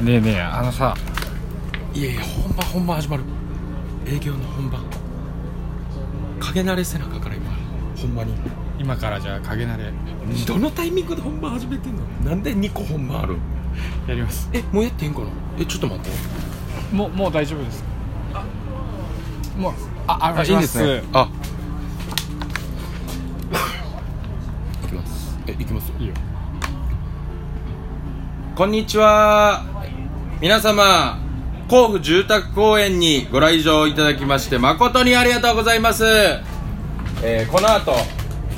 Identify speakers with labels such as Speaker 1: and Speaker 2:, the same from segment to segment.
Speaker 1: ねえねえあのさ
Speaker 2: いやいや本番本番始まる営業の本番影慣れ背中から今ほんまに
Speaker 1: 今からじゃあ影慣れ
Speaker 2: どのタイミングで本番始めてんのなんで2個本番ある
Speaker 1: やります
Speaker 2: えもうやっていいんかなえちょっと待って
Speaker 1: もうもう大丈夫ですもうああ
Speaker 2: あいいんですねあいきますえいきます
Speaker 1: いいよ
Speaker 2: こんにちは皆様甲府住宅公園にご来場いただきまして誠にありがとうございます、えーこの後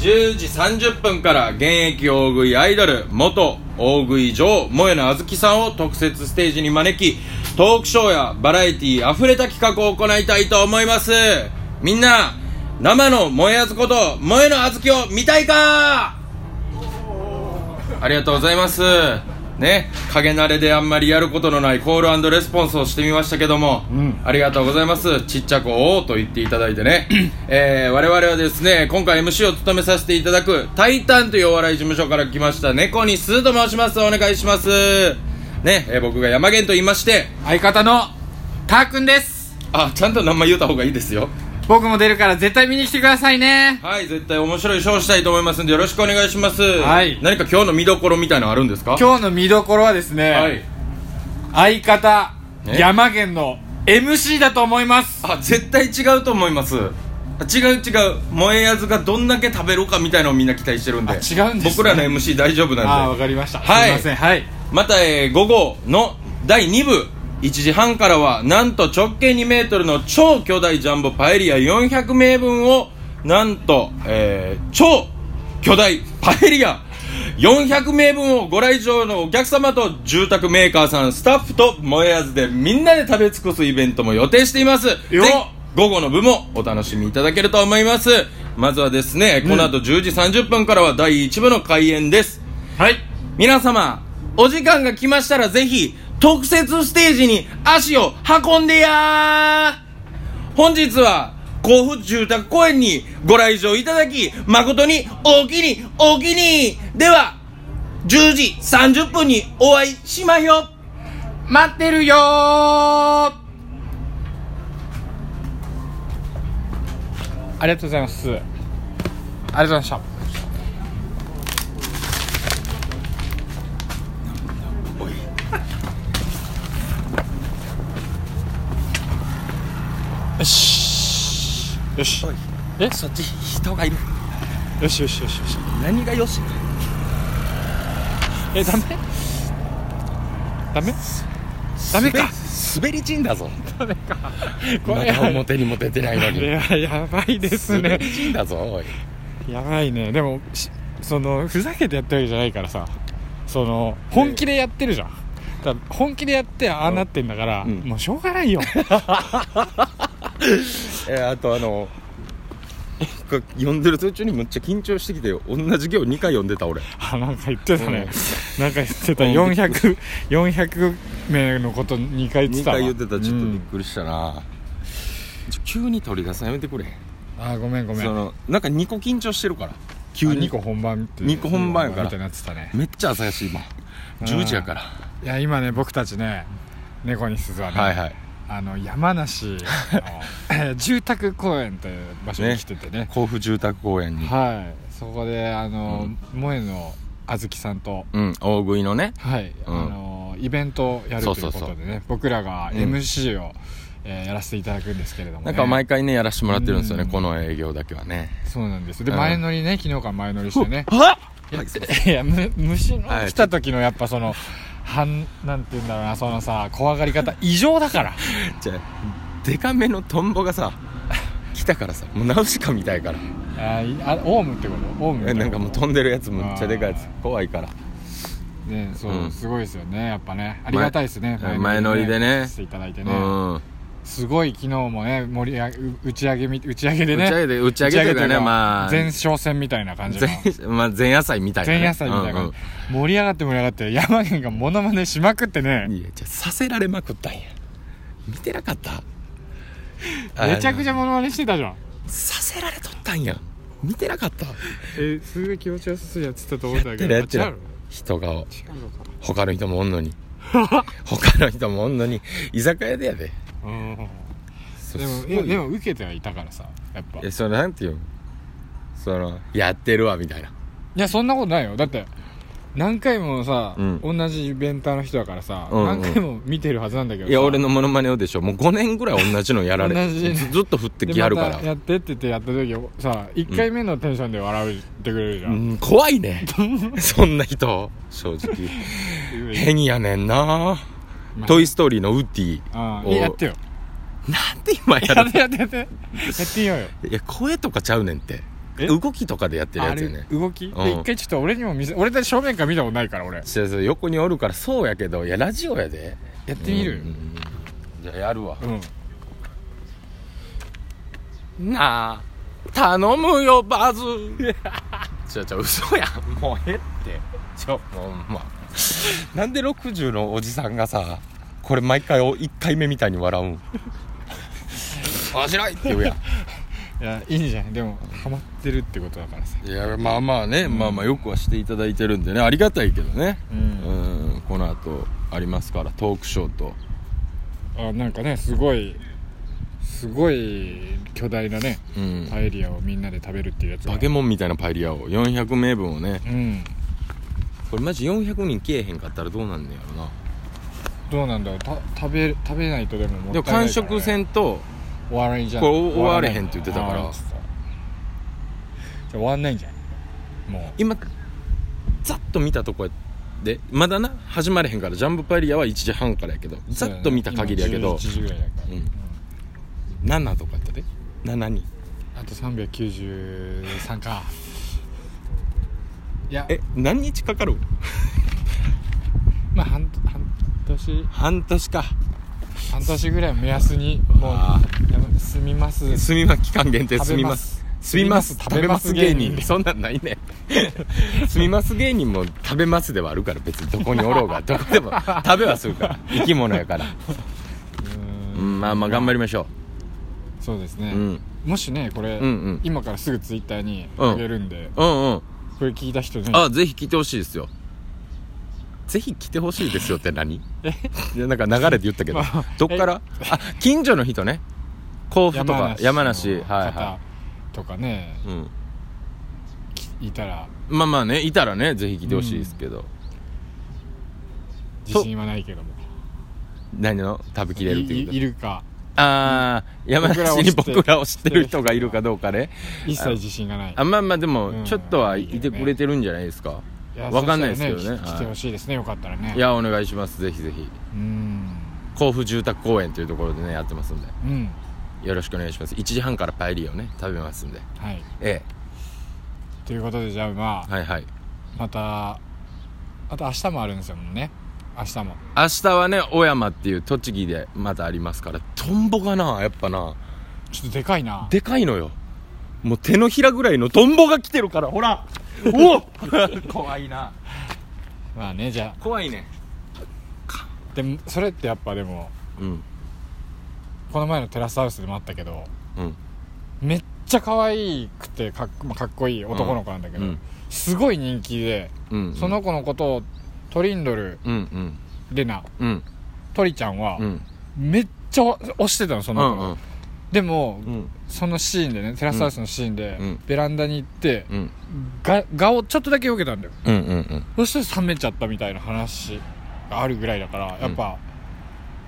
Speaker 2: 10時30分から現役大食いアイドル元大食い女王萌えのあずきさんを特設ステージに招きトークショーやバラエティーあふれた企画を行いたいと思いますみんな生の萌えあずこと萌えのあずきを見たいかありがとうございます。ね、影慣れであんまりやることのないコールレスポンスをしてみましたけども、
Speaker 1: ん
Speaker 2: ありがとうございます。ちっちゃくおおと言っていただいてね、 えー、我々はですね、今回 MC を務めさせていただく、タイタンというお笑い事務所から来ました、猫にすーと申します。お願いします。ね、えー僕が山源と言いまして、
Speaker 1: 相方のたーくんです
Speaker 2: あ、ちゃんと名前言った方がいいですよ。
Speaker 1: 僕も出るから絶対見に来てくださいね
Speaker 2: はい、絶対面白いショーをしたいと思いますんで、よろしくお願いします。
Speaker 1: はい
Speaker 2: 何か今日の見どころみたいのあるんですか
Speaker 1: 今日の見どころはですね、
Speaker 2: はい。
Speaker 1: 相方
Speaker 2: え
Speaker 1: 山源の MC だと思います
Speaker 2: あ絶対違うと思いますあ違う違う萌えやずがどんだけ食べろかみたいのをみんな期待してるんで
Speaker 1: あ違うんですね
Speaker 2: 僕らの MC 大丈夫
Speaker 1: ああ
Speaker 2: なん
Speaker 1: わ
Speaker 2: で
Speaker 1: かりました、
Speaker 2: はい
Speaker 1: すいませんはい
Speaker 2: また、えー午後の第2部1時半からはなんと直径2メートルの超巨大ジャンボパエリア400名分をなんと、えー超巨大パエリア400名分をご来場のお客様と住宅メーカーさんスタッフと萌えやずでみんなで食べ尽くすイベントも予定しています
Speaker 1: よ
Speaker 2: ぜひ午後の部もお楽しみいただけると思いますまずはですね、この後10時30分からは第1部の開演です
Speaker 1: はい
Speaker 2: 皆様お時間が来ましたらぜひ特設ステージに足を運んでやー本日は甲府住宅公園にご来場いただき誠におおきにおおきにでは10時30分にお会いしまひょ
Speaker 1: 待ってるよーありがとうございますありがとうございましたよしよしえ
Speaker 2: そっち人がいる
Speaker 1: よしよしよしよし
Speaker 2: 何がよし
Speaker 1: えダメダメダメか
Speaker 2: 滑り散んだぞ
Speaker 1: ダメか
Speaker 2: ま
Speaker 1: い
Speaker 2: だ表にも出てないの
Speaker 1: い
Speaker 2: に
Speaker 1: ややばいですね
Speaker 2: 滑り散んだぞおい
Speaker 1: やばいねでもしそのふざけてやってるわけじゃないからさその本気でやってるじゃんだから本気でやってああなってんだから、
Speaker 2: うん
Speaker 1: もうしょうがない よ
Speaker 2: えーあとあのこ読んでる途中にむっちゃ緊張してきてよ同じ行2回読んでた俺
Speaker 1: あなんか言ってたね、なんか言ってた
Speaker 2: うん
Speaker 1: 400400 400名のこと2回言って
Speaker 2: 2
Speaker 1: たわ
Speaker 2: 回言ってたちょっとびっ
Speaker 1: うん
Speaker 2: くりしたな、ちょ急に取り出すのやめてくれ
Speaker 1: あーごめんごめ
Speaker 2: そ
Speaker 1: ん
Speaker 2: のなんか2個緊張してるから急に
Speaker 1: 2個本番って
Speaker 2: 二個本番やから
Speaker 1: みたいになってたね
Speaker 2: めっちゃ朝やし今
Speaker 1: うん
Speaker 2: 10時やから、
Speaker 1: いや今ね僕たちね猫に鈴はね、
Speaker 2: はいはい
Speaker 1: あの山 梨の住宅公園という場所に来ててね
Speaker 2: 甲府住宅公園に、
Speaker 1: はいそこであの、萌えのあずきさんと
Speaker 2: うん大食いのね
Speaker 1: はい、
Speaker 2: うん
Speaker 1: あのイベントをやると
Speaker 2: そ
Speaker 1: いうう
Speaker 2: そ
Speaker 1: こ
Speaker 2: う
Speaker 1: と
Speaker 2: そ
Speaker 1: で
Speaker 2: う
Speaker 1: ね僕らが
Speaker 2: うん
Speaker 1: MC を、えーやらせていただくんですけれども、ね、
Speaker 2: なんか毎回ねやらしてもらってるんですよね、
Speaker 1: うん
Speaker 2: この営業だけはね
Speaker 1: そうなんですで
Speaker 2: うん
Speaker 1: 前乗りね昨日から前乗りしてね
Speaker 2: はい
Speaker 1: やむ虫の
Speaker 2: はい
Speaker 1: 来た時のやっぱその反なんて言うんだろうなそのさ怖がり方異常だ から
Speaker 2: じゃあデカめのトンボがさ来たからさもうナウシカみたいから
Speaker 1: あいあオウムってことオウムみたい
Speaker 2: え なんかもう飛んでるやつむっちゃでかいや
Speaker 1: あ
Speaker 2: つ怖いから
Speaker 1: ねそう、
Speaker 2: うん
Speaker 1: すごいですよねやっぱねありがたいですね
Speaker 2: 前前乗りでね
Speaker 1: していただいて
Speaker 2: う
Speaker 1: ね、
Speaker 2: ん
Speaker 1: すごい昨日もね盛り上げう打ち上げみ打ち上げでね
Speaker 2: 打ち上げで打ち上げというかね
Speaker 1: 打ちと
Speaker 2: まあ
Speaker 1: 前哨戦みたいな感じの
Speaker 2: 前まあ前夜祭みたいな ね
Speaker 1: 前夜祭みたいな
Speaker 2: うん
Speaker 1: 感
Speaker 2: うん
Speaker 1: じ、盛り上がって盛り上がって山源がモノマネしまくってね
Speaker 2: いやじゃあさせられまくったんや見てなかった
Speaker 1: めちゃくち
Speaker 2: ゃ
Speaker 1: ゃモノマネしてたじゃん
Speaker 2: させられとったんや見てなかった
Speaker 1: えすごい気持ちよさそうやってたと思った
Speaker 2: やってるやってる人が
Speaker 1: 違うのか
Speaker 2: 他の人もおんのに他の人もほんのに居酒屋でやで
Speaker 1: うん
Speaker 2: そ
Speaker 1: でも
Speaker 2: すごい
Speaker 1: えでも受けてはいたからさやっぱ
Speaker 2: えそれなんていうのそのやってるわみたいない
Speaker 1: やそんなことないよだって何回もさ、
Speaker 2: うん
Speaker 1: 同じイベンターの人だからさ、
Speaker 2: うんうん
Speaker 1: 何回も見てるはずなんだけどさ
Speaker 2: いや俺のモノマネをでしょもう5年ぐらい同じのやられ
Speaker 1: 同じ
Speaker 2: てずずっと振って
Speaker 1: で
Speaker 2: きやるか
Speaker 1: ま
Speaker 2: ら
Speaker 1: たやってって言ってやった時さ1回目のテンションで笑ってくれるじゃ、
Speaker 2: うんん怖 いねそんな人正直変やねんな「トイ・ストーリー」のウッディ
Speaker 1: あ
Speaker 2: お
Speaker 1: あやってよ
Speaker 2: なんで今や
Speaker 1: やっ
Speaker 2: る
Speaker 1: てやってやってやってみようよ
Speaker 2: いや声とかちゃうねんって
Speaker 1: え
Speaker 2: 動きとかでやってる
Speaker 1: あ
Speaker 2: やつ
Speaker 1: れ
Speaker 2: よね
Speaker 1: 動き、
Speaker 2: う
Speaker 1: で
Speaker 2: ん
Speaker 1: 一回ちょっと俺にも見せ俺たち正面から見たことないから俺
Speaker 2: 違う違う横におるからそうやけどいやラジオやで
Speaker 1: やってみるよ
Speaker 2: うんうんうんじゃあやるわ
Speaker 1: うん、
Speaker 2: なあ頼むよバズ ちょちょ嘘やんもうええってちょもうほんまなんで60のおじさんがさこれ毎回お1回目みたいに笑うん面白いって言うやん
Speaker 1: いやいいんじゃないでもハマってるってことだからさ
Speaker 2: いやまあまあね、まあまあよくはしていただいてるんでねありがたいけどね
Speaker 1: う、
Speaker 2: うんんこの後ありますからトークショーと
Speaker 1: あなんかねすごいすごい巨大なね
Speaker 2: うん
Speaker 1: パエリアをみんなで食べるっていうやつが
Speaker 2: バケモンみたいなパエリアを400名分をね
Speaker 1: うん
Speaker 2: これマジ400人消えへんかったらどうなんねやろな
Speaker 1: どうなんだろうた食べ食べないとでももった
Speaker 2: で
Speaker 1: いない
Speaker 2: も
Speaker 1: から、ね、
Speaker 2: 完食戦と
Speaker 1: 終わらんじゃん
Speaker 2: これ終われ
Speaker 1: ない
Speaker 2: へんって言ってたから
Speaker 1: 終わんっつってたじゃあ終わんないんじゃんも
Speaker 2: 今ざっと見たとこやでまだな始まれへんからジャンボパエリアは1時半からやけど
Speaker 1: う
Speaker 2: ざっと見た限りやけど
Speaker 1: 今11時ぐらいだから、
Speaker 2: うん7とかやったで7人
Speaker 1: あと393かいや
Speaker 2: え何日かかる
Speaker 1: まあ半半年
Speaker 2: 半年か
Speaker 1: 半年ぐらいを目安にもう
Speaker 2: あ
Speaker 1: やめ済みます
Speaker 2: すみま期間限定
Speaker 1: 食
Speaker 2: す
Speaker 1: べ
Speaker 2: み
Speaker 1: ま
Speaker 2: ますすすみます
Speaker 1: 食
Speaker 2: 食
Speaker 1: べ
Speaker 2: べ
Speaker 1: ま
Speaker 2: ますす
Speaker 1: 芸
Speaker 2: 芸
Speaker 1: 人
Speaker 2: 人そんなんないね すみます芸人も食べますではあるから別にどこにおろうがどこでも食べはするから生き物やから
Speaker 1: う
Speaker 2: うんんまあまあ頑張りましょ
Speaker 1: そうです
Speaker 2: う
Speaker 1: ね、
Speaker 2: うん
Speaker 1: もしねこれ、
Speaker 2: うんうん
Speaker 1: 今からすぐツイッターに
Speaker 2: うん
Speaker 1: あげるんで、
Speaker 2: うんうん
Speaker 1: これ聞いた人ね
Speaker 2: あぜひ来てほしいですよぜひ来てほしいですよって何いやなんか流れで言ったけど、
Speaker 1: まあ
Speaker 2: どっからあ近所の人ね甲府と
Speaker 1: 山
Speaker 2: か
Speaker 1: 梨
Speaker 2: 山梨
Speaker 1: の
Speaker 2: はいは
Speaker 1: 方とかね
Speaker 2: い、うん、
Speaker 1: いたら
Speaker 2: まあまあねいたらねぜひ来てほしいですけど、
Speaker 1: 自信はないけども
Speaker 2: 何の食べきれるって
Speaker 1: い
Speaker 2: いう
Speaker 1: いいるか
Speaker 2: ああ山梨に僕らを知ってる人がいるかどうか ね
Speaker 1: 一切自信がない
Speaker 2: あまあまあで
Speaker 1: う
Speaker 2: も
Speaker 1: ん
Speaker 2: ちょっとはいてくれてるんじゃないですか、
Speaker 1: や
Speaker 2: わかんないですけどね
Speaker 1: そしたら来て
Speaker 2: は
Speaker 1: ほしいですねよかったらね
Speaker 2: いやお願いしますぜひぜひ
Speaker 1: うん
Speaker 2: 甲府住宅公園というところでねやってますんで
Speaker 1: うん
Speaker 2: よろしくお願いします1時半からパエリアをね食べますんで
Speaker 1: はい
Speaker 2: え
Speaker 1: ということでじゃあま
Speaker 2: え
Speaker 1: あ
Speaker 2: はいはい
Speaker 1: またあと明日もあるんですよもんね明日も
Speaker 2: 明日はね小山っていう栃木でまたありますからトンボがなやっぱな
Speaker 1: ちょっとでかいな
Speaker 2: でかいのよもう手のひらぐらいのトンボが来てるからほらおお 怖いな
Speaker 1: まあねじゃ
Speaker 2: 怖いね
Speaker 1: あでもそれってやっぱでも
Speaker 2: うん
Speaker 1: この前のテラスハウスでもあったけど
Speaker 2: うん
Speaker 1: めっちゃ可愛くてかっ,、まあかっこいい男の子なんだけ
Speaker 2: う
Speaker 1: ど、
Speaker 2: ん
Speaker 1: すごい人気で、
Speaker 2: うん
Speaker 1: その子のことをトリンドル
Speaker 2: うんうん
Speaker 1: レナ
Speaker 2: うん
Speaker 1: トリちゃんは、
Speaker 2: うん
Speaker 1: めっちゃ押してたのそ
Speaker 2: うんう
Speaker 1: の子、
Speaker 2: んうん
Speaker 1: でも、
Speaker 2: うん
Speaker 1: そのシーンでねテラスハウスのシーンで、
Speaker 2: うん
Speaker 1: ベランダに行って、
Speaker 2: うん
Speaker 1: が顔ちょっとだけ避けたんだよ
Speaker 2: うんうん
Speaker 1: そして冷めちゃったみたいな話があるぐらいだからやっぱ、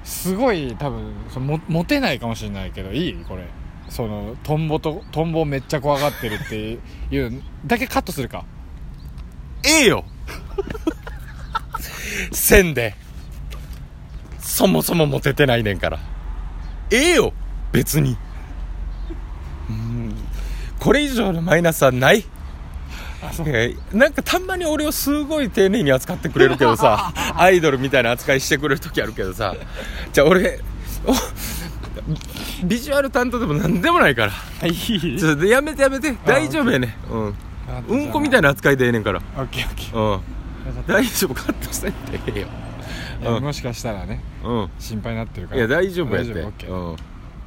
Speaker 1: すごい多分そのもモテないかもしれないけどいいこれそのトンボとトンボをめっちゃ怖がってるっていうだけカットするか
Speaker 2: ええよせんでそもそもモテてないねんからええよ別にうんこれ以上のマイナスはないえーなんかたまに俺をすごい丁寧に扱ってくれるけどさアイドルみたいな扱いしてくれる時あるけどさじゃあ俺おビジュアル担当でも何でも ないから
Speaker 1: はい
Speaker 2: ちょっとやめてやめて大丈夫やねうんうんこみたい
Speaker 1: い
Speaker 2: な扱いでええねんから
Speaker 1: オッケーオッケ
Speaker 2: うん
Speaker 1: ー
Speaker 2: 大丈夫カットしてってええよ
Speaker 1: いや
Speaker 2: うん
Speaker 1: もしかしたらね
Speaker 2: うん
Speaker 1: 心配になってるか
Speaker 2: い
Speaker 1: ら
Speaker 2: や大丈夫やっ
Speaker 1: 大
Speaker 2: て
Speaker 1: オッケー
Speaker 2: うん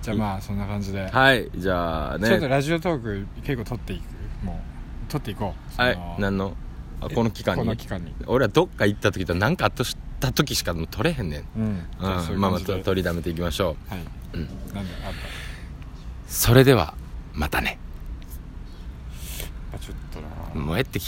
Speaker 1: じゃあまあそんな感じで、
Speaker 2: はいじゃあ
Speaker 1: ちょっと
Speaker 2: ね
Speaker 1: ラジオトーク結構撮っていくもう撮っていこう
Speaker 2: は
Speaker 1: その
Speaker 2: い何のあこの期間
Speaker 1: この
Speaker 2: に
Speaker 1: 期間に
Speaker 2: 俺はどっか行った時と何かあったしった時しか取れへんねん、
Speaker 1: うん
Speaker 2: うん、
Speaker 1: じゃそういう
Speaker 2: まあま
Speaker 1: 感
Speaker 2: あ
Speaker 1: じで
Speaker 2: と取りだめていきましょう
Speaker 1: はい、なんであっ
Speaker 2: それではまたね
Speaker 1: たあちょっとな
Speaker 2: もうえってきれ